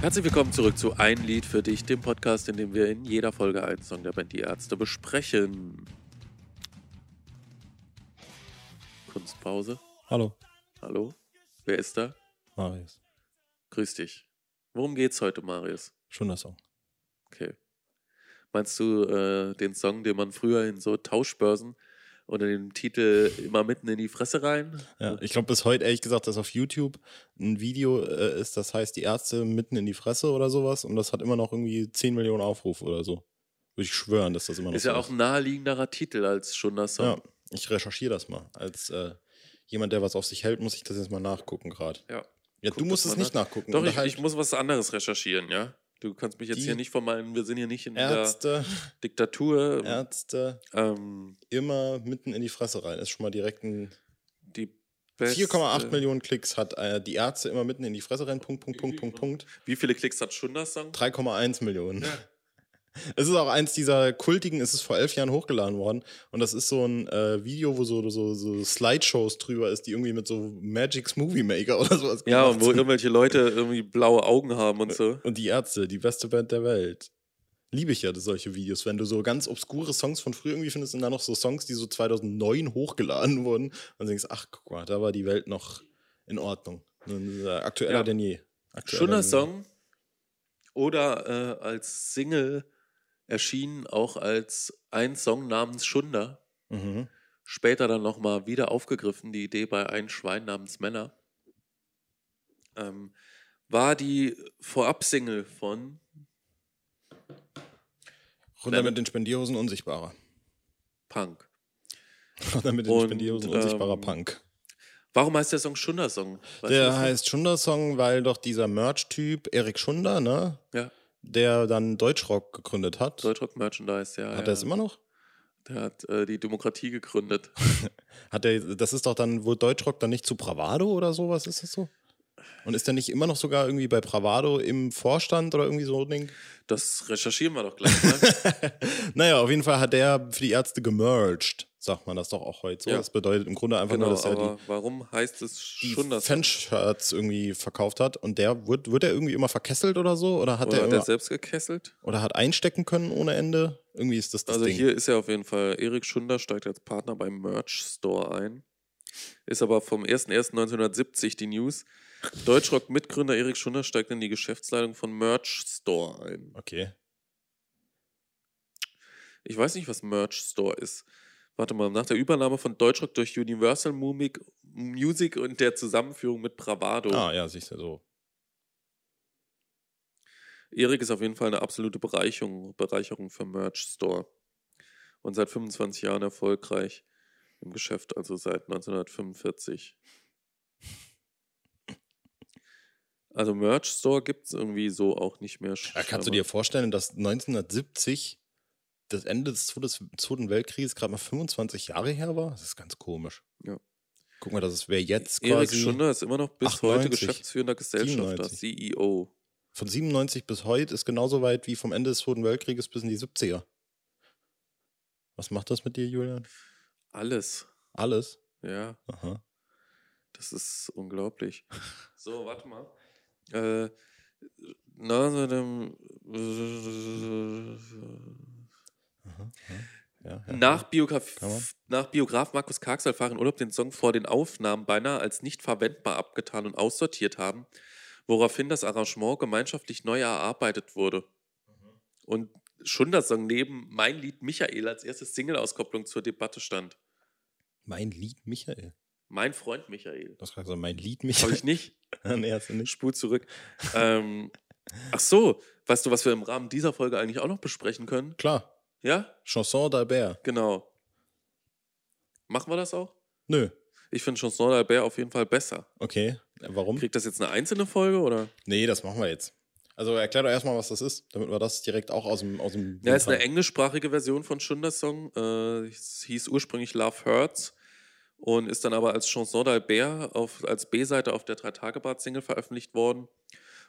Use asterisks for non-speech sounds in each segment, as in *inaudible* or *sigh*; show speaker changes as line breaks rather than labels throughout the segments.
Herzlich willkommen zurück zu Ein Lied für dich, dem Podcast, in dem wir in jeder Folge einen Song der Band Die Ärzte besprechen. Kunstpause.
Hallo, Ah,
Hallo? Wer ist da?
Marius.
Grüß dich. Worum geht's heute, Marius?
Schöner Song.
Okay. Meinst du äh, den Song, den man früher in so Tauschbörsen unter dem Titel immer mitten in die Fresse rein?
Ja, ich glaube bis heute ehrlich gesagt, dass auf YouTube ein Video äh, ist, das heißt die Ärzte mitten in die Fresse oder sowas und das hat immer noch irgendwie 10 Millionen Aufrufe oder so. Würde ich schwören, dass das immer noch
Ist ja
so
auch ein naheliegenderer Titel als Schunder Song.
Ja, ich recherchiere das mal. Als äh, jemand, der was auf sich hält, muss ich das jetzt mal nachgucken gerade.
Ja.
Ja,
Guck
du musst
das
es
mal
nicht nachgucken.
Doch, ich,
Unterhalt
ich muss was anderes recherchieren, ja? Du kannst mich jetzt
Die
hier nicht vermeiden, wir sind hier nicht in der
Ärzte,
Diktatur.
Ärzte
Ähm,
immer mitten in die Fresse rein. Ist schon mal direkt ein
die beste-
4,8 Millionen Klicks hat äh, die Ärzte immer mitten in die Fresse rein. Punkt, Punkt, Punkt, Punkt, Punkt.
Wie viele Klicks hat Schunders Song?
3,1 Millionen. *laughs* Es ist auch eins dieser kultigen, es ist vor elf Jahren hochgeladen worden und das ist so ein äh, Video, wo so, so, so Slideshows drüber ist, die irgendwie mit so Magic's Movie Maker oder sowas
Ja,
gemacht
und
*laughs*
wo
sind.
irgendwelche Leute irgendwie blaue Augen haben und so.
Und die Ärzte, die beste Band der Welt. Liebe ich ja solche Videos, wenn du so ganz obskure Songs von früher irgendwie findest und dann noch so Songs, die so 2009 hochgeladen wurden und denkst, ach guck mal, da war die Welt noch in Ordnung. Und, äh, aktueller
Ja.
denn je.
Schöner
Aktueller denn je.
Song. Oder äh, als Single erschienen auch als ein Song namens Schunder.
Mhm.
Später dann nochmal wieder aufgegriffen, die Idee bei Ein Schwein namens Männer. Ähm, war die Vorab-Single von
Runter
Damit-
mit den Spendierhosen unsichtbarer.
Punk.
Runter mit
Und,
den Spendierhosen unsichtbarer
ähm,
Punk.
Warum heißt der Song Schunder Song? Weißt du
Der
das?
heißt Schunder-Song, weil doch dieser Merch-Typ, Erik Schunder, ne?
Ja.
Der dann Deutschrock gegründet hat.
Deutschrock Merchandise, ja.
hat
ja.
er es immer noch?
Der hat äh, die Demokratie gegründet.
Hat er, das ist doch dann wohl Deutschrock dann nicht zu Bravado oder sowas, ist das so? Und ist er nicht immer noch sogar irgendwie bei Bravado im Vorstand oder irgendwie so ein Ding?
Das recherchieren wir doch gleich ne? mal.
*laughs* naja, auf jeden Fall hat der für die Ärzte gemerged, sagt man das doch auch heute so.
Ja.
Das bedeutet im Grunde einfach
genau,
nur, dass er die
aber warum heißt es
die
Schunder Song?
Fanshirts irgendwie verkauft hat und der wird, wird er irgendwie immer verkesselt oder so oder hat
Oder
er
hat
immer,
er selbst gekesselt?
oder hat einstecken können ohne Ende irgendwie ist das das
Also
Ding
hier ist ja auf jeden Fall Erik Schunder steigt als Partner beim Merch Store ein. Ist aber vom 01.01.1970 die News. Deutschrock Mitgründer Erik Schunder steigt in die Geschäftsleitung von Merch Store ein.
okay
Ich weiß nicht, was Merch Store ist. Warte mal, nach der Übernahme von Deutschrock durch Universal Mumik, Music und der Zusammenführung mit Bravado.
ah ja siehst du so
Erik ist auf jeden Fall eine absolute Bereicherung, Bereicherung für Merch Store. Und seit 25 Jahren erfolgreich im Geschäft, also seit 1945. Also Merch Store gibt es irgendwie so auch nicht mehr.
ja, kannst du dir
scheinbar.
vorstellen dass 1970 das Ende des Todes, Zweiten Weltkrieges gerade mal 25 Jahre her war das ist ganz komisch
Ja.
guck mal das ist wer jetzt
Erik ne?
quasi
Schunder ist immer noch bis heute
98,
geschäftsführender Gesellschafter, E
97.
CEO.
von 97 bis heute ist genauso weit wie vom Ende des Zweiten Weltkrieges bis in die 70er was macht das mit dir Julian
Alles.
alles
Ja,
Aha.
das ist unglaublich. So, warte mal. Äh, na, so dem.
Aha. Ja, ja.
Nach, Biograf
Kann man.
nach Biograf Markus Kargsal fahren Urlaub den Song vor den Aufnahmen beinahe als nicht verwendbar abgetan und aussortiert haben, woraufhin das Arrangement gemeinschaftlich neu erarbeitet wurde. Mhm. Und schon das Song neben Mein Lied Michael als erste Single-Auskopplung zur Debatte stand.
Mein Lied Michael.
Mein Freund Michael.
Du hast gerade gesagt, mein Lied
Habe
Michael. *laughs*
ich nicht?
nee, hast du nicht.
Spul zurück. ähm, ach so, weißt du, was wir im Rahmen dieser Folge eigentlich auch noch besprechen können?
Klar.
Ja,
Chanson d'Albert.
genau. Machen wir das auch?
Nö.
Ich finde Chanson d'Albert auf jeden Fall besser.
Okay. Äh, Warum?
Kriegt das jetzt eine einzelne Folge oder?
Nee, das machen wir jetzt. Also erklär doch erstmal, was das ist, damit wir das direkt auch aus dem. Aus dem
Ja, ist eine
Winter-
englischsprachige Version von Schunders Song. Äh, es hieß ursprünglich Love Hurts und ist dann aber als Chanson d'Albert auf, als B-Seite auf der Drei-Tage-Bad-Single veröffentlicht worden.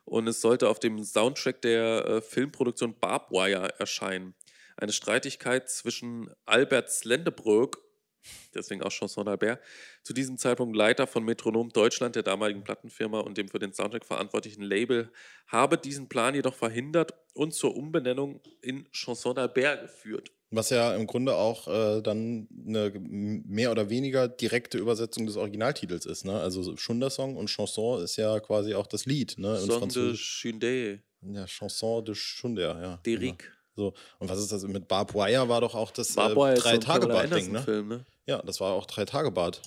Und es sollte auf dem Soundtrack der äh, Filmproduktion Barbwire erscheinen. Eine Streitigkeit zwischen Albert Slendebröck deswegen auch Chanson d'Albert, zu diesem Zeitpunkt Leiter von Metronom Deutschland, der damaligen Plattenfirma und dem für den Soundtrack verantwortlichen Label, habe diesen Plan jedoch verhindert und zur Umbenennung in Chanson d'Albert geführt.
Was ja im Grunde auch äh, dann eine mehr oder weniger direkte Übersetzung des Originaltitels ist. Ne? Also Schundersong und Chanson ist ja quasi auch das Lied. Ne? Im
Song de
Französisch.
Chundé,
Ja, Chanson de Schunder, ja.
Derrick.
So. Und was ist das mit Barb Wire? War doch auch das äh,
Barbour ist so ein Pamela
Drei-Tage-Bad-Ding, ne?
Anderson-Film, ne?
Ja, das war auch Drei-Tage-Bad.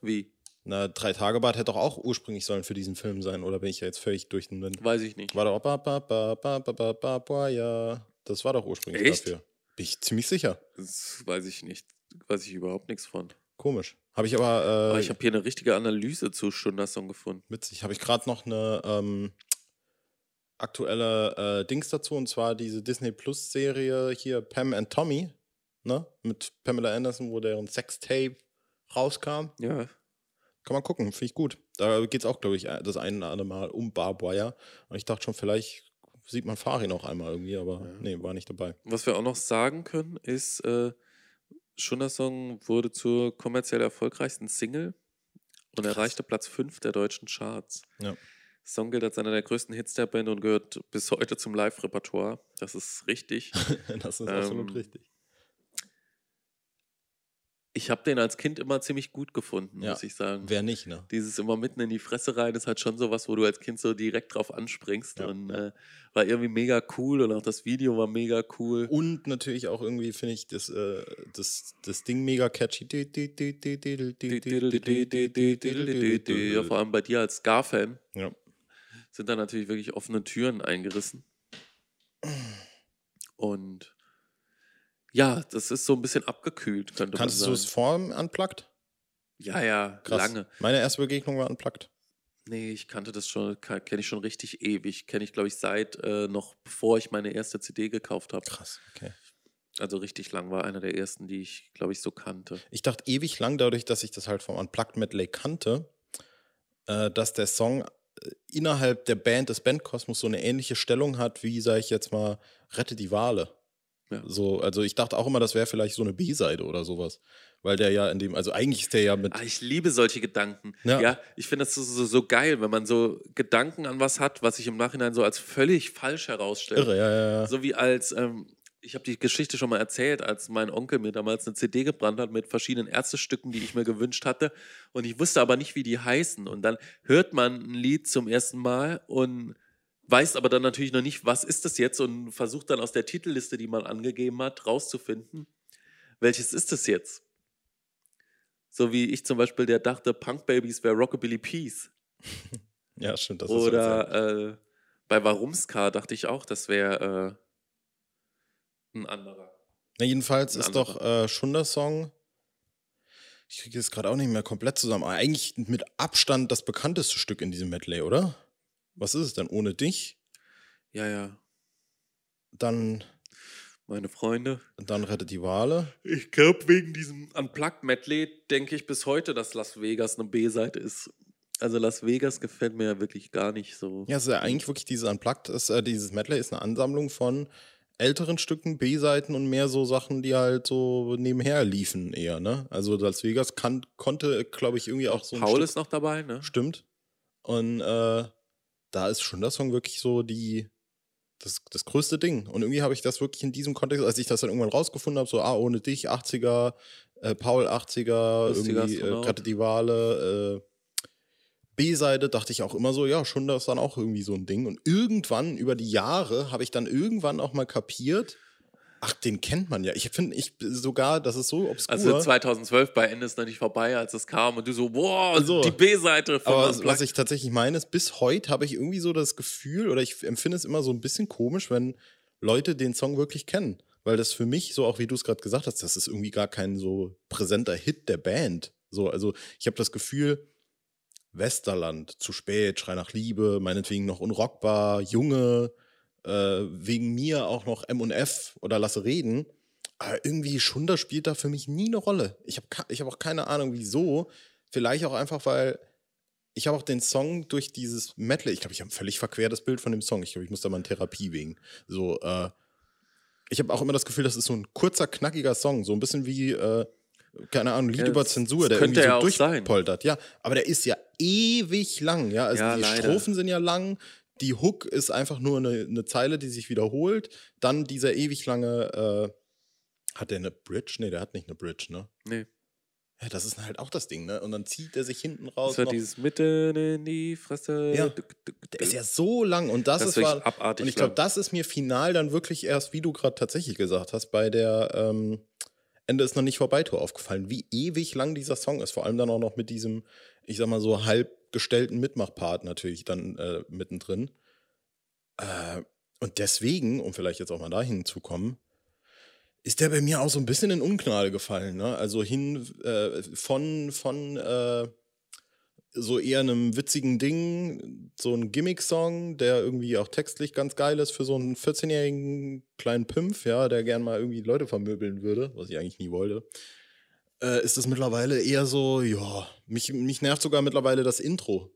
Wie?
Na, Drei-Tage-Bad hätte doch auch ursprünglich sollen für diesen Film sein, oder bin ich ja jetzt völlig durch den Wind?
Weiß ich nicht.
War doch ba, ba, ba, ba, ba, ba, ba, ba, ja. Das war doch ursprünglich
Echt?
dafür. Bin ich ziemlich sicher.
Das weiß ich nicht. Weiß ich überhaupt nichts von.
Komisch. Habe ich aber, äh,
Aber Ah, ich habe hier eine richtige Analyse zu Schundersong gefunden.
witzig, habe ich gerade noch eine ähm, aktuelle äh, Dings dazu, und zwar diese Disney Plus Serie hier Pam and Tommy, ne? Mit Pamela Anderson, wo deren Sextape rauskam.
Ja.
Kann man gucken, finde ich gut. Da geht es auch, glaube ich, äh, das eine oder andere Mal um Barbwire. Und ich dachte schon, vielleicht sieht man Farin auch einmal irgendwie, aber
Ja.
nee, war nicht dabei. *laughs*
Was wir auch noch sagen können, ist, äh, Schundersong wurde zur kommerziell erfolgreichsten Single und
Krass.
erreichte Platz 5 der deutschen Charts.
Ja.
Song gilt als einer der größten Hits der Band und gehört bis heute zum Live-Repertoire. Das ist
*laughs*
richtig.
das ist absolut
Ähm,
richtig.
Ich habe den als Kind immer ziemlich gut gefunden,
Ja.
muss ich sagen.
Wer nicht, ne?
Dieses immer mitten in die Fresse rein ist halt schon sowas, wo du als Kind so direkt drauf anspringst.
Ja.
Und äh, war irgendwie mega cool und auch das Video war mega cool.
Und natürlich auch irgendwie finde ich das, äh, das, das Ding mega catchy.
Ja, vor allem bei dir als Scar-Fan
Ja.
sind da natürlich wirklich offene Türen eingerissen. Und ja, das ist so ein bisschen abgekühlt, könnte man
Kanntest
sagen.
du es vor dem Unplugged?
ja, ja,
Krass.
lange.
Meine erste Begegnung war Unplugged.
Nee, ich kannte das schon, kenne ich schon richtig ewig. Kenne ich, glaube ich, seit äh, noch bevor ich meine erste CD gekauft habe.
Krass, okay.
Also richtig lang war einer der ersten, die ich, glaube ich, so kannte.
Ich dachte ewig lang, dadurch, dass ich das halt vom Unplugged Medley kannte, äh, dass der Song äh, innerhalb der Band, des Bandkosmos, so eine ähnliche Stellung hat, wie, sage ich jetzt mal, Rette die Wale.
Ja.
So, also ich dachte auch immer, das wäre vielleicht so eine B-Seite oder sowas. Weil der ja in dem, also eigentlich ist der ja mit.
Ah, ich liebe solche Gedanken.
Ja.
Ja, ich finde das so, so, so geil, wenn man so Gedanken an was hat, was sich im Nachhinein so als völlig falsch herausstellt.
Irre, ja, ja, ja.
So wie als, ähm, ich habe die Geschichte schon mal erzählt, als mein Onkel mir damals eine CD gebrannt hat mit verschiedenen Ärztestücken, die ich mir gewünscht hatte. Und ich wusste aber nicht, wie die heißen. Und dann hört man ein Lied zum ersten Mal und weiß aber dann natürlich noch nicht, was ist das jetzt und versucht dann aus der Titelliste, die man angegeben hat, rauszufinden, welches ist das jetzt. So wie ich zum Beispiel, der dachte, Punk Babies wäre Rockabilly Peace.
Ja, stimmt. Das ist so interessant.
Oder äh, bei Warumska dachte ich auch, das wäre äh, ein anderer.
Na, jedenfalls
Ein
ist
anderer.
doch äh, schon der Song. Ich kriege jetzt gerade auch nicht mehr komplett zusammen. Aber eigentlich mit Abstand das bekannteste Stück in diesem Medley, oder? Was ist es denn? Ohne dich?
Ja, ja.
Dann,
Meine Freunde.
dann rettet die Wale.
Ich glaube, wegen diesem Unplugged Medley denke ich bis heute, dass Las Vegas eine B-Seite ist. Also Las Vegas gefällt mir ja wirklich gar nicht so.
Ja, es ist ja eigentlich wirklich dieses Unplugged. Ist, äh, dieses Medley ist eine Ansammlung von älteren Stücken, B-Seiten und mehr so Sachen, die halt so nebenher liefen eher, ne? Also Las Vegas kann, konnte, glaube ich, irgendwie auch so ein
Paul
Stück
ist noch dabei, ne?
Stimmt. Und äh, da ist schon der Song wirklich so die, das, das größte Ding. Und irgendwie habe ich das wirklich in diesem Kontext, als ich das dann irgendwann rausgefunden habe, so, ah, ohne dich, 80er, äh, Paul
Lustiger
80er, irgendwie äh,
Astronaut.
Rette die Wale, äh, B-Seite, dachte ich auch immer so, ja, schon das ist dann auch irgendwie so ein Ding. Und irgendwann, über die Jahre, habe ich dann irgendwann auch mal kapiert, ach, den kennt man ja. Ich finde, ich sogar, das ist so obskur.
Also 2012 bei Ende ist noch nicht vorbei, als es kam und du so, boah,
So.
die B-Seite von
Also, Aber was-
Unplugged.
was ich tatsächlich meine, ist, bis heute habe ich irgendwie so das Gefühl oder ich empfinde es immer so ein bisschen komisch, wenn Leute den Song wirklich kennen. Weil das für mich, so auch wie du es gerade gesagt hast, das ist irgendwie gar kein so präsenter Hit der Band. So, also ich habe das Gefühl, Westerland, zu spät, Schrei nach Liebe, meinetwegen noch unrockbar, Junge, äh, wegen mir auch noch M&F oder Lasse reden. Aber irgendwie Schunder spielt da für mich nie eine Rolle. Ich habe ich hab auch keine Ahnung, wieso. Vielleicht auch einfach, weil ich habe auch den Song durch dieses Medley, ich glaube, ich habe ein völlig verquertes Bild von dem Song. Ich glaube, ich muss da mal in Therapie wegen. So, äh, ich habe auch immer das Gefühl, das ist so ein kurzer, knackiger Song. So ein bisschen wie äh, keine Ahnung, ein Lied
Ja,
über
das- das
Zensur, der
könnte
irgendwie so
ja auch sein.
durchpoltert. Ja, aber der ist ja ewig lang, ja. Also
Ja,
die
leider.
Strophen sind ja lang, die Hook ist einfach nur eine, eine Zeile, die sich wiederholt. Dann dieser ewig lange, äh, hat der eine Bridge? Nee, der hat nicht eine Bridge, ne?
Nee.
Ja, das ist halt auch das Ding, ne? Und dann zieht er sich hinten raus.
Das war
Noch.
dieses Mitten in die Fresse.
Ja.
Duck, duck, duck.
Der ist ja so lang und das,
Das ist
ist
wirklich
war,
abartig
Und ich glaube,
lang.
das ist mir final dann wirklich erst, wie du gerade tatsächlich gesagt hast, bei der ähm, Ende ist noch nicht vorbei Tour aufgefallen, wie ewig lang dieser Song ist. Vor allem dann auch noch mit diesem, ich sag mal so halb gestellten Mitmachpart natürlich dann äh, mittendrin. Äh, und deswegen, um vielleicht jetzt auch mal dahin zu kommen, ist der bei mir auch so ein bisschen in Ungnade gefallen. Ne? Also hin äh, von, von äh, so eher einem witzigen Ding, so ein Gimmick-Song, der irgendwie auch textlich ganz geil ist für so einen 14-jährigen kleinen Pimpf, ja, der gern mal irgendwie Leute vermöbeln würde, was ich eigentlich nie wollte. Äh, ist das mittlerweile eher so, ja, mich, mich nervt sogar mittlerweile das Intro.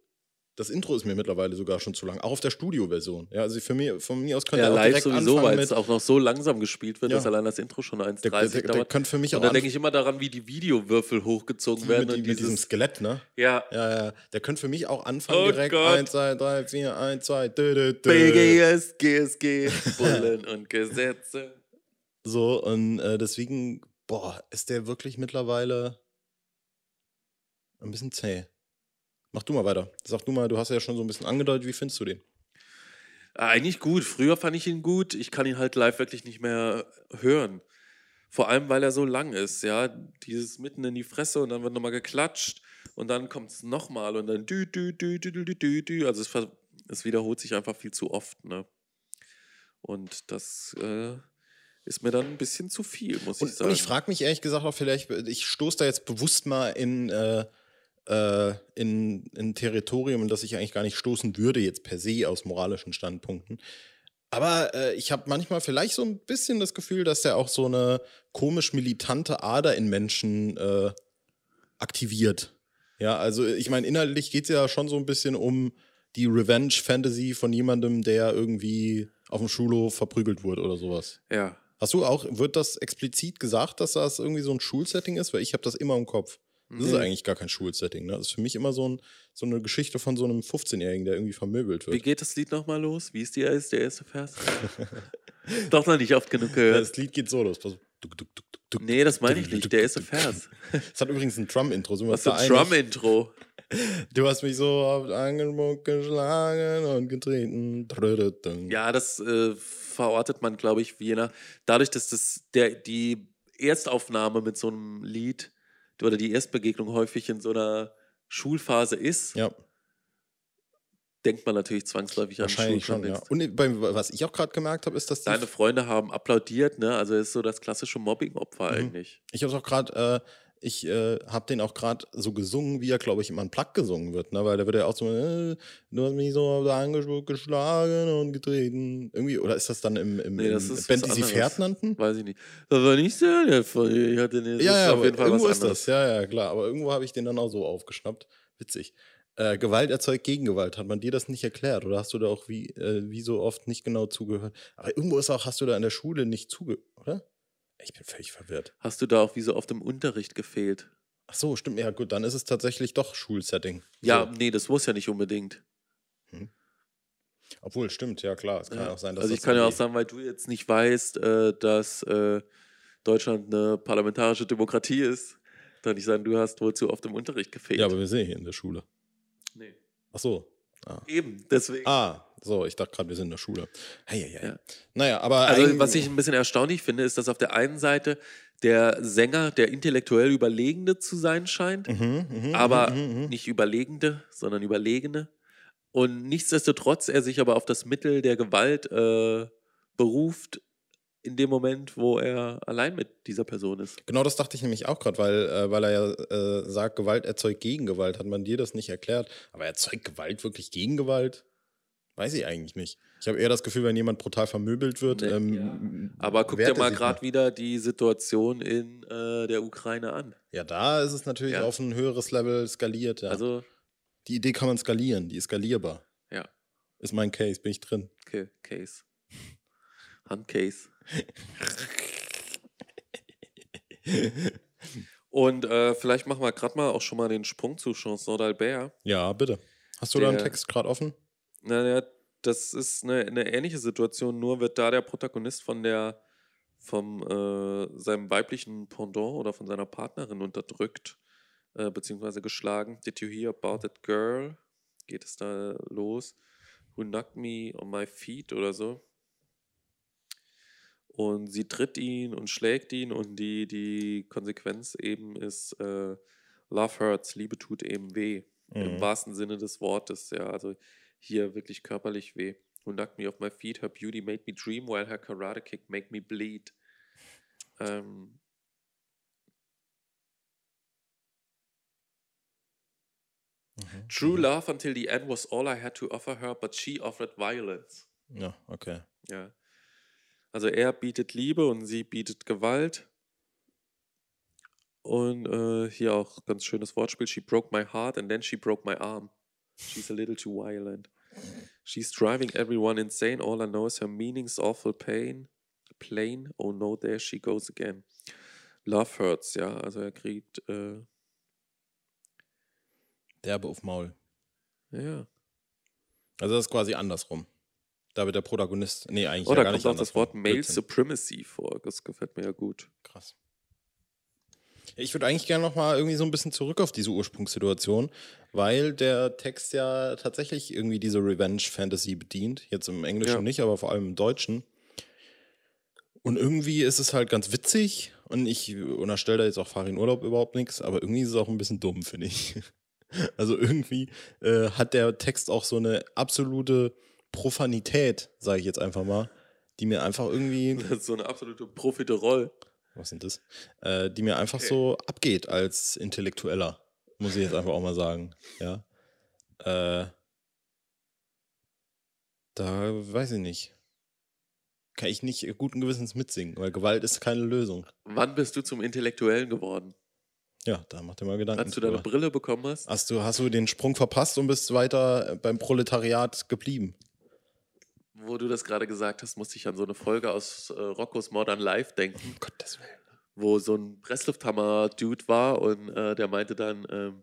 Das Intro ist mir mittlerweile sogar schon zu lang, auch auf der Studio-Version. Ja, also für mich, von mir aus könnte
ja,
er auch
live
direkt
sowieso,
anfangen
weil
mit,
es auch noch so langsam gespielt wird,
Ja.
dass allein das Intro schon
der,
1,30
der, der, der
dauert.
könnte für mich auch
Und da denke
anfangen
ich immer daran, wie die Videowürfel hochgezogen werden
mit, die-
und
mit
dieses,
diesem Skelett, ne?
ja,
Ja, ja, der könnte für mich auch anfangen
Oh
direkt.
Gott.
1, 2, 3, 4, 1, 2, dö, dö, dö.
BGS, GSG, Bullen und Gesetze.
So, und äh, deswegen, boah, ist der wirklich mittlerweile ein bisschen zäh. Mach du mal weiter. Sag du mal, du hast ja schon so ein bisschen angedeutet, wie findest du den?
Ah, Eigentlich gut. Früher fand ich ihn gut. Ich kann ihn halt live wirklich nicht mehr hören. Vor allem, weil er so lang ist, ja. Dieses mitten in die Fresse und dann wird nochmal geklatscht und dann kommt es nochmal und dann dü, dü, dü, dü, dü, dü, dü, dü. Also es, ver- es wiederholt sich einfach viel zu oft, ne? Und das äh, ist mir dann ein bisschen zu viel, muss ich
Und,
sagen.
und ich frage mich ehrlich gesagt auch vielleicht, ich stoße da jetzt bewusst mal in, äh, äh, in, in ein Territorium, in das ich eigentlich gar nicht stoßen würde, jetzt per se aus moralischen Standpunkten. Aber äh, ich habe manchmal vielleicht so ein bisschen das Gefühl, dass der auch so eine komisch militante Ader in Menschen äh, aktiviert. Ja, also ich meine, inhaltlich geht es ja schon so ein bisschen um die Revenge-Fantasy von jemandem, der irgendwie auf dem Schulhof verprügelt wurde oder sowas.
ja.
Hast du auch, wird das explizit gesagt, dass das irgendwie so ein Schulsetting ist? Weil ich habe das immer im Kopf. Das ist
Nee.
eigentlich gar kein Schulsetting. Ne? Das ist für mich immer so, ein, so eine Geschichte von so einem 15-Jährigen, der irgendwie vermöbelt
Wie
wird.
geht das Lied nochmal los? Wie ist die, ist der erste Vers?
*laughs*
Doch noch nicht oft genug
Ja,
gehört.
das Lied geht so los. Pass auf. Duck, duck, duck, duck, duck.
Nee, das meine ich nicht. Der
*laughs*
erste Vers.
Es hat übrigens ein Drum-Intro. Sind wir
Was
uns
für
da
ein
einig?
Drum-Intro.
Du hast mich so oft angemockt, geschlagen und getreten. Trödödön.
Ja, das äh, verortet man, glaube ich, wie jener. Dadurch, dass das der, die Erstaufnahme mit so einem Lied oder die Erstbegegnung häufig in so einer Schulphase ist,
ja.
denkt man natürlich zwangsläufig an
Wahrscheinlich schon, ja.
Schulkontext.
Und bei, was ich auch gerade gemerkt habe, ist, dass die
Deine Freunde haben applaudiert, ne? Also er ist so das klassische Mobbing-Opfer
Mhm.
eigentlich.
Ich habe auch gerade, äh, ich äh, habe den auch gerade so gesungen, wie er, glaube ich, immer ein Plug gesungen wird, ne? Weil da wird er auch so, äh, du hast mich so da angespuckt, geschlagen und getreten. Irgendwie, oder ist das dann im, im,
Nee, das
im
ist
Band,
was
die sie
anderes.
Pferd nannten?
Weiß ich nicht. Das war nicht so der von ich hatte den, das
ja,
ist
ja, auf jeden Fall irgendwo ist das. Ja, ja, klar. Aber irgendwo habe ich den dann auch so aufgeschnappt. Witzig. Äh, Gewalt erzeugt Gegengewalt. Hat man dir das nicht erklärt? Oder hast du da auch wie, äh, wie so oft nicht genau zugehört? Aber irgendwo ist auch, hast du da in der Schule nicht zugehört, oder? Ich bin völlig verwirrt.
Hast du da auch wie so oft im Unterricht gefehlt?
Ach so, stimmt. Ja, gut, dann ist es tatsächlich doch Schulsetting.
Ja,
So.
nee, das muss ja nicht unbedingt.
Obwohl, stimmt, ja klar. Es kann ja auch sein, dass
also ich
das
kann ja auch
irgendwie-
sagen, weil du jetzt nicht weißt, äh, dass äh, Deutschland eine parlamentarische Demokratie ist, kann ich sagen, du hast wohl zu oft im Unterricht gefehlt.
Ja, aber wir sind hier in der Schule.
nee.
Ach so.
Eben, deswegen.
Ah, so, ich dachte gerade, wir sind in der Schule. Hey, hey, hey.
Ja.
Naja, aber.
also
eigentlich-
was ich ein bisschen erstaunlich finde, ist, dass auf der einen Seite der Sänger der intellektuell Überlegende zu sein scheint,
Mhm, mhm,
aber
mhm, mhm.
nicht Überlegende, sondern Überlegene. Und nichtsdestotrotz er sich aber auf das Mittel der Gewalt äh, beruft, in dem Moment, wo er allein mit dieser Person ist.
Genau das dachte ich nämlich auch gerade, weil, äh, weil er ja äh, sagt, Gewalt erzeugt Gegengewalt. Hat man dir das nicht erklärt? Aber erzeugt Gewalt wirklich Gegengewalt? Weiß ich eigentlich nicht. Ich habe eher das Gefühl, wenn jemand brutal vermöbelt wird.
Nee,
ähm,
Aber guck dir
wehrt er
mal
sich noch.
gerade wieder die Situation in äh, der Ukraine an.
Ja, da ist es natürlich
Ja.
auf ein höheres Level skaliert. Ja.
Also,
die Idee kann man skalieren, die ist skalierbar.
Ja.
Ist mein Case, bin ich drin. *laughs*
okay, Case. Handcase. Und äh, vielleicht machen wir gerade mal auch schon mal den Sprung zu Chanson d'Albert.
Ja, bitte. Hast du da einen
Der-
Text gerade offen?
Naja, das ist eine, eine ähnliche Situation, nur wird da der Protagonist von der vom äh, seinem weiblichen Pendant oder von seiner Partnerin unterdrückt, äh, beziehungsweise geschlagen. Did you hear about that girl? Geht es da los? Who knocked me on my feet oder so? Und sie tritt ihn und schlägt ihn und die, die Konsequenz eben ist äh, Love hurts, Liebe tut eben weh. Im
Mhm.
wahrsten Sinne des Wortes, ja. Also hier wirklich körperlich weh. Who knocked me off my feet? Her beauty made me dream, while her karate kick make me bleed. Ähm,
Mhm.
True love until the end was all I had to offer her, but she offered violence.
Mhm. Ja, okay.
Ja. Also er bietet Liebe und sie bietet Gewalt. Und äh, hier auch ganz schönes Wortspiel. She broke my heart and then she broke my arm. She's a little too violent. She's driving everyone insane. All I know is her meaning's awful pain. Plain. Oh no, there she goes again. Love hurts, ja. Also er kriegt, äh,
Derbe auf Maul.
ja.
Also das ist quasi andersrum. Da wird der Protagonist. Nee, eigentlich
Oh,
ja
da
gar
kommt
nicht
auch das
andersrum.
Wort Male
Blödsinn.
Supremacy vor. Das gefällt mir ja gut. *laughs*
Krass. Ja, Ich würde eigentlich gerne nochmal irgendwie so ein bisschen zurück auf diese Ursprungssituation, weil der Text ja tatsächlich irgendwie diese Revenge-Fantasy bedient. Jetzt im Englischen
Ja.
nicht, aber vor allem im Deutschen. Und irgendwie ist es halt ganz witzig und ich unterstelle da jetzt auch Farin Urlaub überhaupt nichts, aber irgendwie ist es auch ein bisschen dumm, finde ich. *laughs* Also irgendwie äh, hat der Text auch so eine absolute Profanität, sage ich jetzt einfach mal, die mir einfach irgendwie.
Das ist so eine absolute Profiterol.
was sind das? Äh, die mir einfach so abgeht als Intellektueller, muss ich jetzt einfach auch mal sagen. Ja. Äh, da weiß ich nicht. Kann ich nicht guten Gewissens mitsingen, weil Gewalt ist keine Lösung.
Wann bist du zum Intellektuellen geworden?
Ja, da mach dir mal Gedanken.
Als du deine
drüber.
Brille bekommen hast?
hast, du, hast du den Sprung verpasst und bist weiter äh, beim Proletariat geblieben?
Wo du das gerade gesagt hast, musste ich an so eine Folge aus äh, Roccos Modern Life denken,
Um Gottes Willen.
wo so ein Presslufthammer-Dude war und äh, der meinte dann, ähm,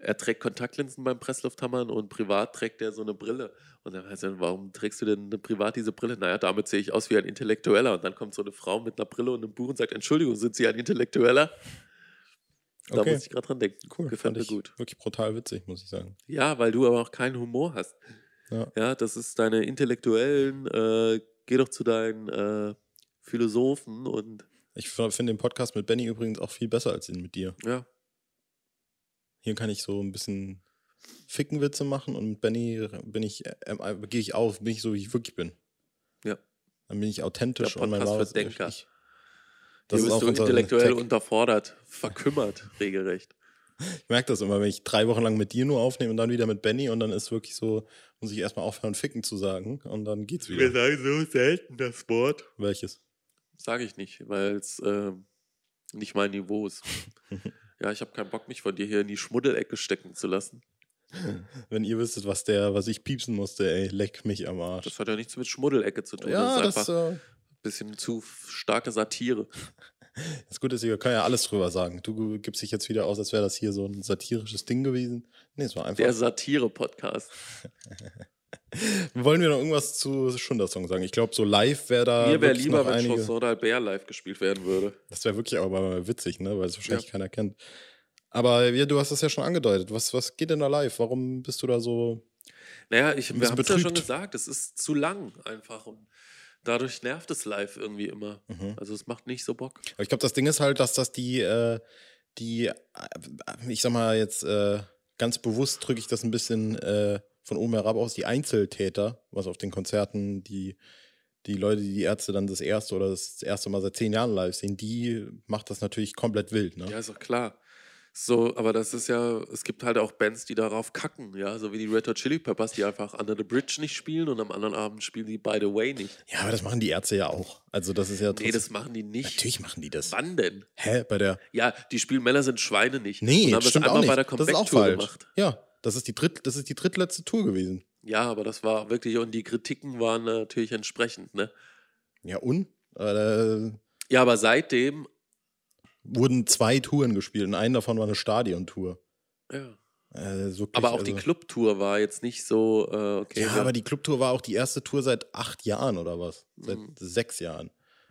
er trägt Kontaktlinsen beim Presslufthammern und privat trägt er so eine Brille. Und dann heißt er, warum trägst du denn privat diese Brille? Naja, damit sehe ich aus wie ein Intellektueller. Und dann kommt so eine Frau mit einer Brille und einem Buch und sagt, Entschuldigung, sind Sie ein Intellektueller? Da
Okay.
muss ich gerade dran denken.
Cool,
Gefällt
fand
mir
ich
gut.
Wirklich brutal witzig, muss ich sagen.
Ja, weil du aber auch keinen Humor hast.
Ja.
das ist deine intellektuellen, äh, geh doch zu deinen äh, Philosophen und
Ich f- finde den Podcast mit Benny übrigens auch viel besser als ihn mit dir.
ja,
Hier kann ich so ein bisschen Fickenwitze machen und mit Benny bin ich, äh, äh, gehe ich auf, bin ich so, wie ich wirklich bin.
Ja.
Dann bin ich authentisch
Der
und mein
Podcast für
wahres
Denker.
Ich.
hier
Das ist
bist
auch
du
unser
intellektuell
Tag.
unterfordert,
*laughs*
verkümmert, regelrecht.
Ich merke das immer, wenn ich drei Wochen lang mit dir nur aufnehme und dann wieder mit Benny und dann ist wirklich so, muss ich erstmal aufhören, Ficken zu sagen und dann geht's wieder.
sagen so selten das Wort.
Welches?
Sage ich nicht, weil es ähm, nicht mein Niveau
*laughs*
ist. ja, ich habe keinen Bock, mich von dir hier in die Schmuddelecke stecken zu lassen.
Wenn ihr wüsstet, was der, was ich piepsen musste, ey, leck mich am Arsch.
Das hat ja nichts mit Schmuddelecke zu tun.
ja,
das ist
das,
einfach ein
äh,
bisschen zu starke Satire.
Das Gute ist, ich kann ja alles drüber sagen. Du gibst dich jetzt wieder aus, als wäre das hier so ein satirisches Ding gewesen. Nee, es war einfach.
Der Satire-Podcast.
Wollen wir noch irgendwas zu Schundersong sagen? Ich glaube, so live wäre da.
Mir wäre
wirklich
lieber,
noch
wenn einige...
einige.
Chanson d'Albert live gespielt werden würde.
Das wäre wirklich aber mal witzig, ne? weil es wahrscheinlich keiner kennt. Aber ja, du hast das ja schon angedeutet. Was, was geht denn da live? Warum bist du da so.
Naja, ich,
Ein
wir
bisschen
haben es ja schon
betrübt.
gesagt, es ist zu lang einfach und dadurch nervt es live irgendwie immer. Also es macht nicht so Bock.
Mhm. Aber ich glaube, das Ding ist halt, dass das die, äh, die, äh, ich sag mal jetzt äh, ganz bewusst drücke ich das ein bisschen äh, von oben herab aus, die Einzeltäter, was auf den Konzerten die, die Leute, die die Ärzte dann das erste oder das erste Mal seit zehn Jahren live sehen, die macht das natürlich komplett wild, ne?
Ja, ist doch klar. So, aber das ist ja, es gibt halt auch Bands, die darauf kacken, ja, so wie die Red Hot Chili Peppers, die einfach Under the Bridge nicht spielen und am anderen Abend spielen die By the Way nicht.
Ja, aber das machen die Ärzte ja auch. Also das ist ja
Nee,
trotzdem-
das machen die nicht.
natürlich machen die das.
Wann denn?
Hä, bei der
Ja, die spielen Männer sind Schweine nicht.
Nee,
und haben
das stimmt
das
auch
einmal
nicht.
bei der
das ist auch
Comeback-Tour
falsch.
gemacht.
Ja, das ist die dritt das ist die drittletzte Tour gewesen.
Ja, aber das war wirklich, und die Kritiken waren natürlich entsprechend, ne?
Ja, und äh,
Ja, aber seitdem
wurden zwei Touren gespielt und einen davon war eine Stadiontour.
Ja.
Äh, so
Aber
krieg-
auch die
also-
Clubtour war jetzt nicht so, äh, okay.
Ja,
wir-
aber die Clubtour war auch die erste Tour seit acht Jahren oder was? Seit
Mhm.
sechs Jahren.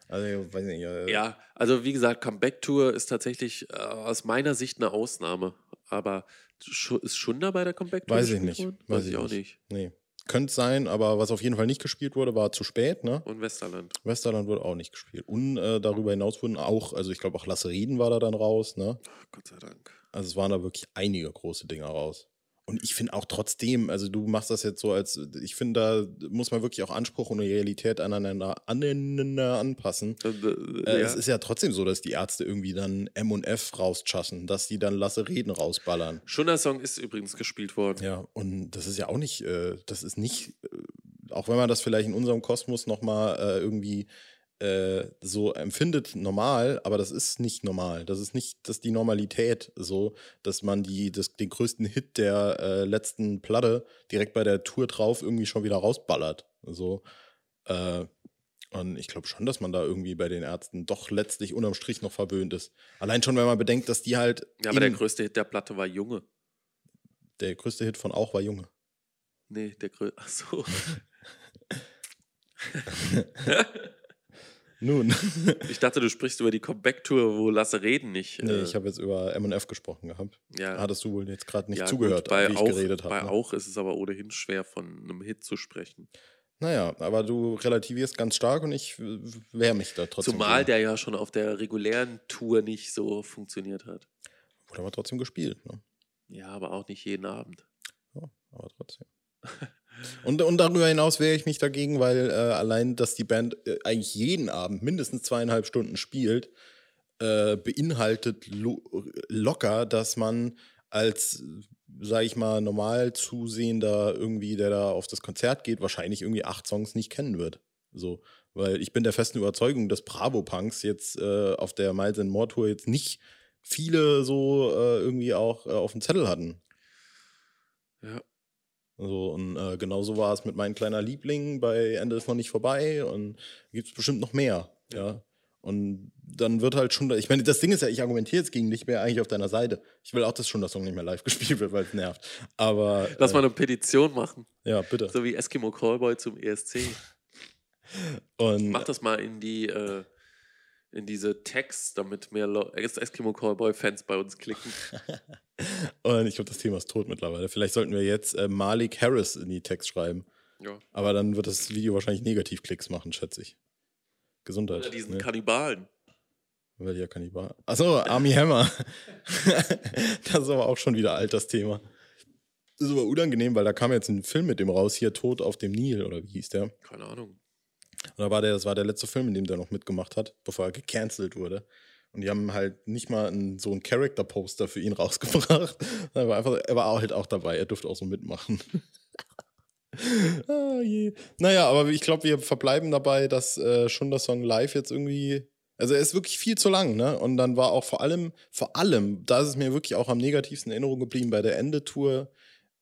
Also, ich weiß nicht. Äh,
ja, also wie gesagt, Comeback-Tour ist tatsächlich äh, aus meiner Sicht eine Ausnahme. Aber Schu- ist Schunder bei der Comeback-Tour?
Weiß ich
gespielt
nicht.
worden?
Weiß
Weiß,
ich
ich auch
nicht.
nicht.
Nee. Könnte sein, aber was auf jeden Fall nicht gespielt wurde, war zu spät, ne?
Und Westerland.
Westerland wurde auch nicht gespielt. Und äh, darüber hinaus wurden auch, also ich glaube auch Lasse Reden war da dann raus, ne?
Gott sei Dank.
Also es waren da wirklich einige große Dinger raus. Und ich finde auch trotzdem, also du machst das jetzt so als, ich finde, da muss man wirklich auch Anspruch und Realität aneinander, aneinander anpassen.
Äh, äh,
Äh,
ja.
Es ist ja trotzdem so, dass die Ärzte irgendwie dann M und F rauschassen, dass die dann Lasse Reden rausballern.
Schunder-Song ist übrigens gespielt worden.
Ja, und das ist ja auch nicht, äh, das ist nicht, äh, auch wenn man das vielleicht in unserem Kosmos nochmal äh, irgendwie äh, so empfindet, normal, aber das ist nicht normal. Das ist nicht, das ist die Normalität so, dass man die, das, den größten Hit der äh, letzten Platte direkt bei der Tour drauf irgendwie schon wieder rausballert. So. Äh, und ich glaube schon, dass man da irgendwie bei den Ärzten doch letztlich unterm Strich noch verwöhnt ist. Allein schon, wenn man bedenkt, dass die halt.
Ja, aber der
in-
größte Hit der Platte war Junge.
der größte Hit von Auch war Junge.
Nee, der *laughs* größte. Achso.
Nun.
Ich dachte, du sprichst über die Comeback-Tour, wo Lasse Reden nicht.
Nee,
äh,
ich habe jetzt über MF gesprochen gehabt.
ja,
Hattest du wohl jetzt gerade nicht
ja,
zugehört,
gut, bei
wie ich
auch,
geredet
Bei
habe. Ne?
auch ist es aber ohnehin schwer, von einem Hit zu sprechen.
Naja, aber du relativierst ganz stark und ich äh, wehr mich da trotzdem.
Zumal
gegen.
der ja schon auf der regulären Tour nicht so funktioniert hat.
Wurde aber trotzdem gespielt. Ne?
Ja, aber auch nicht jeden Abend.
Ja, aber trotzdem. *laughs* Und, und darüber hinaus wehre ich mich dagegen, weil äh, allein, dass die Band äh, eigentlich jeden Abend mindestens zweieinhalb Stunden spielt, äh, beinhaltet lo locker, dass man als, sage ich mal, normal zusehender irgendwie, der da auf das Konzert geht, wahrscheinlich irgendwie acht Songs nicht kennen wird. So, weil ich bin der festen Überzeugung, dass Bravo Punks jetzt äh, auf der Miles and More Tour jetzt nicht viele so äh, irgendwie auch äh, auf dem Zettel hatten.
Ja.
So, und äh, genauso war es mit meinem kleiner Liebling bei Ende ist noch nicht vorbei und gibt es bestimmt noch mehr. Ja. Und dann wird halt schon, ich meine, das Ding ist ja, ich argumentiere jetzt gegen dich, ich bin ja eigentlich auf deiner Seite. Ich will auch, dass schon das Song nicht mehr live *laughs* gespielt wird, weil es nervt. Aber.
Lass
äh,
mal eine Petition machen,
Ja, bitte.
so wie Eskimo Callboy zum ESC.
Und
Mach das mal in die äh, in diese Tags, damit mehr Leu- Es- Eskimo Callboy Fans bei uns
*laughs*
klicken.
Und ich glaube, das Thema ist tot mittlerweile. Vielleicht sollten wir jetzt äh, Malik Harris in die Text schreiben.
Ja.
Aber dann wird das Video wahrscheinlich Negativklicks machen, schätze ich.
Oder
Gesundheit.
diesen
ne?
Kannibalen.
Weil ja Kannibal. Achso, Army Hammer. *laughs* das ist aber auch schon wieder alt, das Thema. Das ist aber unangenehm, weil da kam jetzt ein Film mit dem raus, hier Tod auf dem Nil, oder wie hieß der? Und
Keine Ahnung.
da war der, das war der letzte Film, in dem der noch mitgemacht hat, bevor er gecancelt wurde. Und die haben halt nicht mal einen, so ein Character-Poster für ihn *laughs* rausgebracht. Er war, einfach, er war halt auch dabei, er durfte auch so mitmachen. ah, je. Naja, aber ich glaube, wir verbleiben dabei, dass äh, schon der Song live jetzt irgendwie. Also er ist wirklich viel zu lang, ne? Und dann war auch vor allem, vor allem, da ist es mir wirklich auch am negativsten in Erinnerung geblieben, bei der Endetour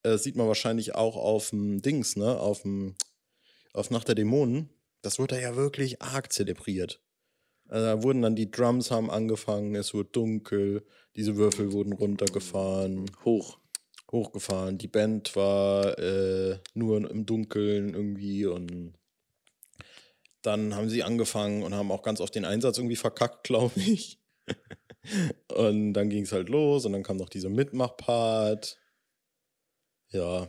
äh, sieht man wahrscheinlich auch auf dem Dings, ne? Auf dem auf Nacht der Dämonen. Das wurde ja wirklich arg zelebriert. Also da wurden dann die Drums haben angefangen, es wurde dunkel, diese Würfel wurden runtergefahren
Hoch.
hochgefahren. Die Band war äh, nur im Dunkeln irgendwie und dann haben sie angefangen und haben auch ganz oft den Einsatz irgendwie verkackt, *laughs* glaube ich. und dann ging es halt los und dann kam noch dieser Mitmachpart. Ja,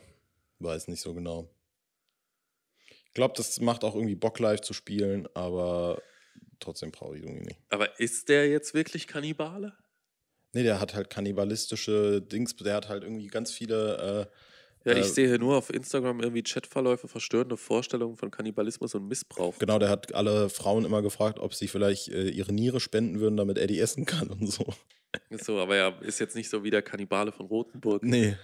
weiß nicht so genau. Ich glaube, das macht auch irgendwie Bock live zu spielen, aber trotzdem brauche ich irgendwie nicht.
Aber ist der jetzt wirklich Kannibale?
Nee, der hat halt kannibalistische Dings, der hat halt irgendwie ganz viele äh,
Ja,
Äh,
ich sehe hier nur auf Instagram irgendwie Chatverläufe, verstörende Vorstellungen von Kannibalismus und Missbrauch.
Genau, der hat alle Frauen immer gefragt, ob sie vielleicht äh, ihre Niere spenden würden, damit er die essen kann und so.
Ist so, aber er ist jetzt nicht so wie der Kannibale von Rothenburg.
Nee.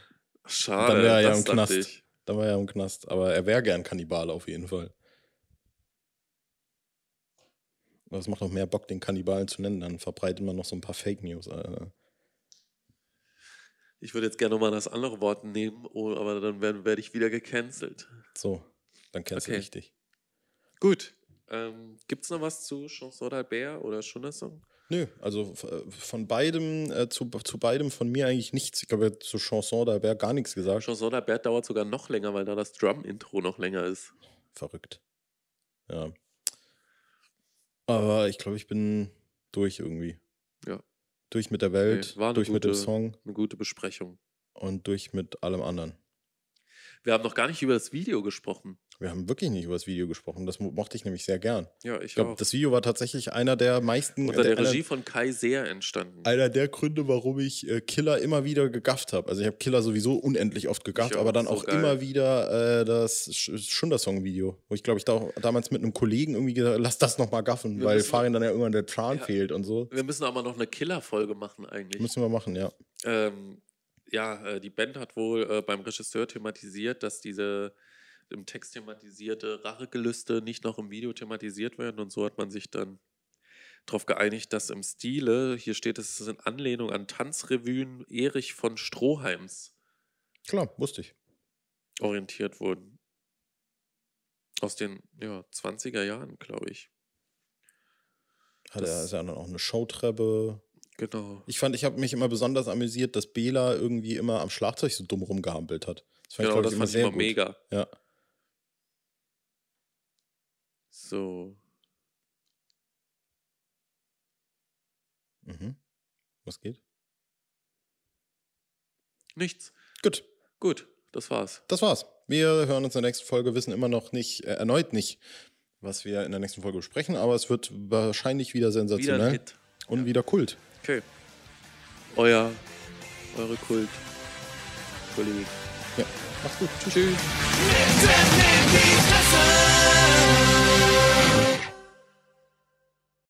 Schade,
Dann wär er ja
das
im
dachte
Knast.
ich.
Dann war er im Knast. Aber er wäre gern Kannibale auf jeden Fall. Aber es macht noch mehr Bock, den Kannibalen zu nennen. Dann verbreitet man noch so ein paar Fake News. äh, Alter.
Ich würde jetzt gerne nochmal das andere Wort nehmen, oh, aber dann werde werd ich wieder gecancelt.
So, dann kennst du
Okay.
richtig.
Gut. Ähm, Gibt es noch was zu Chanson d'Albert oder Schundersong?
Nö, also äh, von beidem, äh, zu, zu beidem von mir eigentlich nichts. Ich glaube, zu Chanson, da wäre gar nichts gesagt.
Chanson der Bert dauert sogar noch länger, weil da das Drum-Intro noch länger ist.
Verrückt. Ja. Aber ich glaube, ich bin durch irgendwie.
Ja.
Durch mit der Welt,
Nee, war eine
durch mit dem
gute-
Song
Eine gute Besprechung.
und durch mit allem anderen.
Wir haben noch gar nicht über das Video gesprochen.
Wir haben wirklich nicht über das Video gesprochen. Das mo- mochte ich nämlich sehr gern.
Ja, ich,
Ich glaube,
auch.
das Video war tatsächlich einer der meisten.
Unter der
einer-
Regie von Kai Seer entstanden.
einer der Gründe, warum ich äh, Killer immer wieder gegafft habe. Also ich habe Killer sowieso unendlich oft gegafft,
Ich auch,
aber dann
so
auch
geil.
immer wieder äh, das Sch- Schunder-Song-Video, wo ich glaube ich da auch damals mit einem Kollegen irgendwie gesagt habe, lass das nochmal gaffen,
Wir
weil
müssen-
Farin dann ja irgendwann der Tran
Ja.
fehlt und so.
Wir müssen auch mal noch eine Killer-Folge machen eigentlich.
Müssen wir machen, ja.
Ähm, ja, äh, die Band hat wohl äh, beim Regisseur thematisiert, dass diese im Text thematisierte Rachegelüste nicht noch im Video thematisiert werden. Und so hat man sich dann darauf geeinigt, dass im Stile, hier steht es es ist in Anlehnung an Tanzrevuen Erich von Stroheims
Klar, wusste ich.
orientiert wurden. Aus den ja, 20er Jahren, glaube ich.
Hat
Das-
er ist ja dann auch eine Showtreppe.
Genau.
Ich fand, ich habe mich immer besonders amüsiert, dass Bela irgendwie immer am Schlagzeug so dumm rumgehampelt hat. Das fand
genau,
ich, glaub
das
ich,
fand ich
sehr
immer
gut.
mega.
Ja.
So.
Mhm. Was geht?
Nichts.
Gut.
Gut, das war's.
das war's. Wir hören uns in der nächsten Folge, wissen immer noch nicht, äh, erneut nicht, was wir in der nächsten Folge besprechen, aber es wird wahrscheinlich wieder
Wieder
sensationell
ein Hit.
und wieder Kult.
Okay. Euer, eure Kult. Kollegen.
Ja. Mach's gut. Tschüss. Tschüss.
Treffen in die Fresse.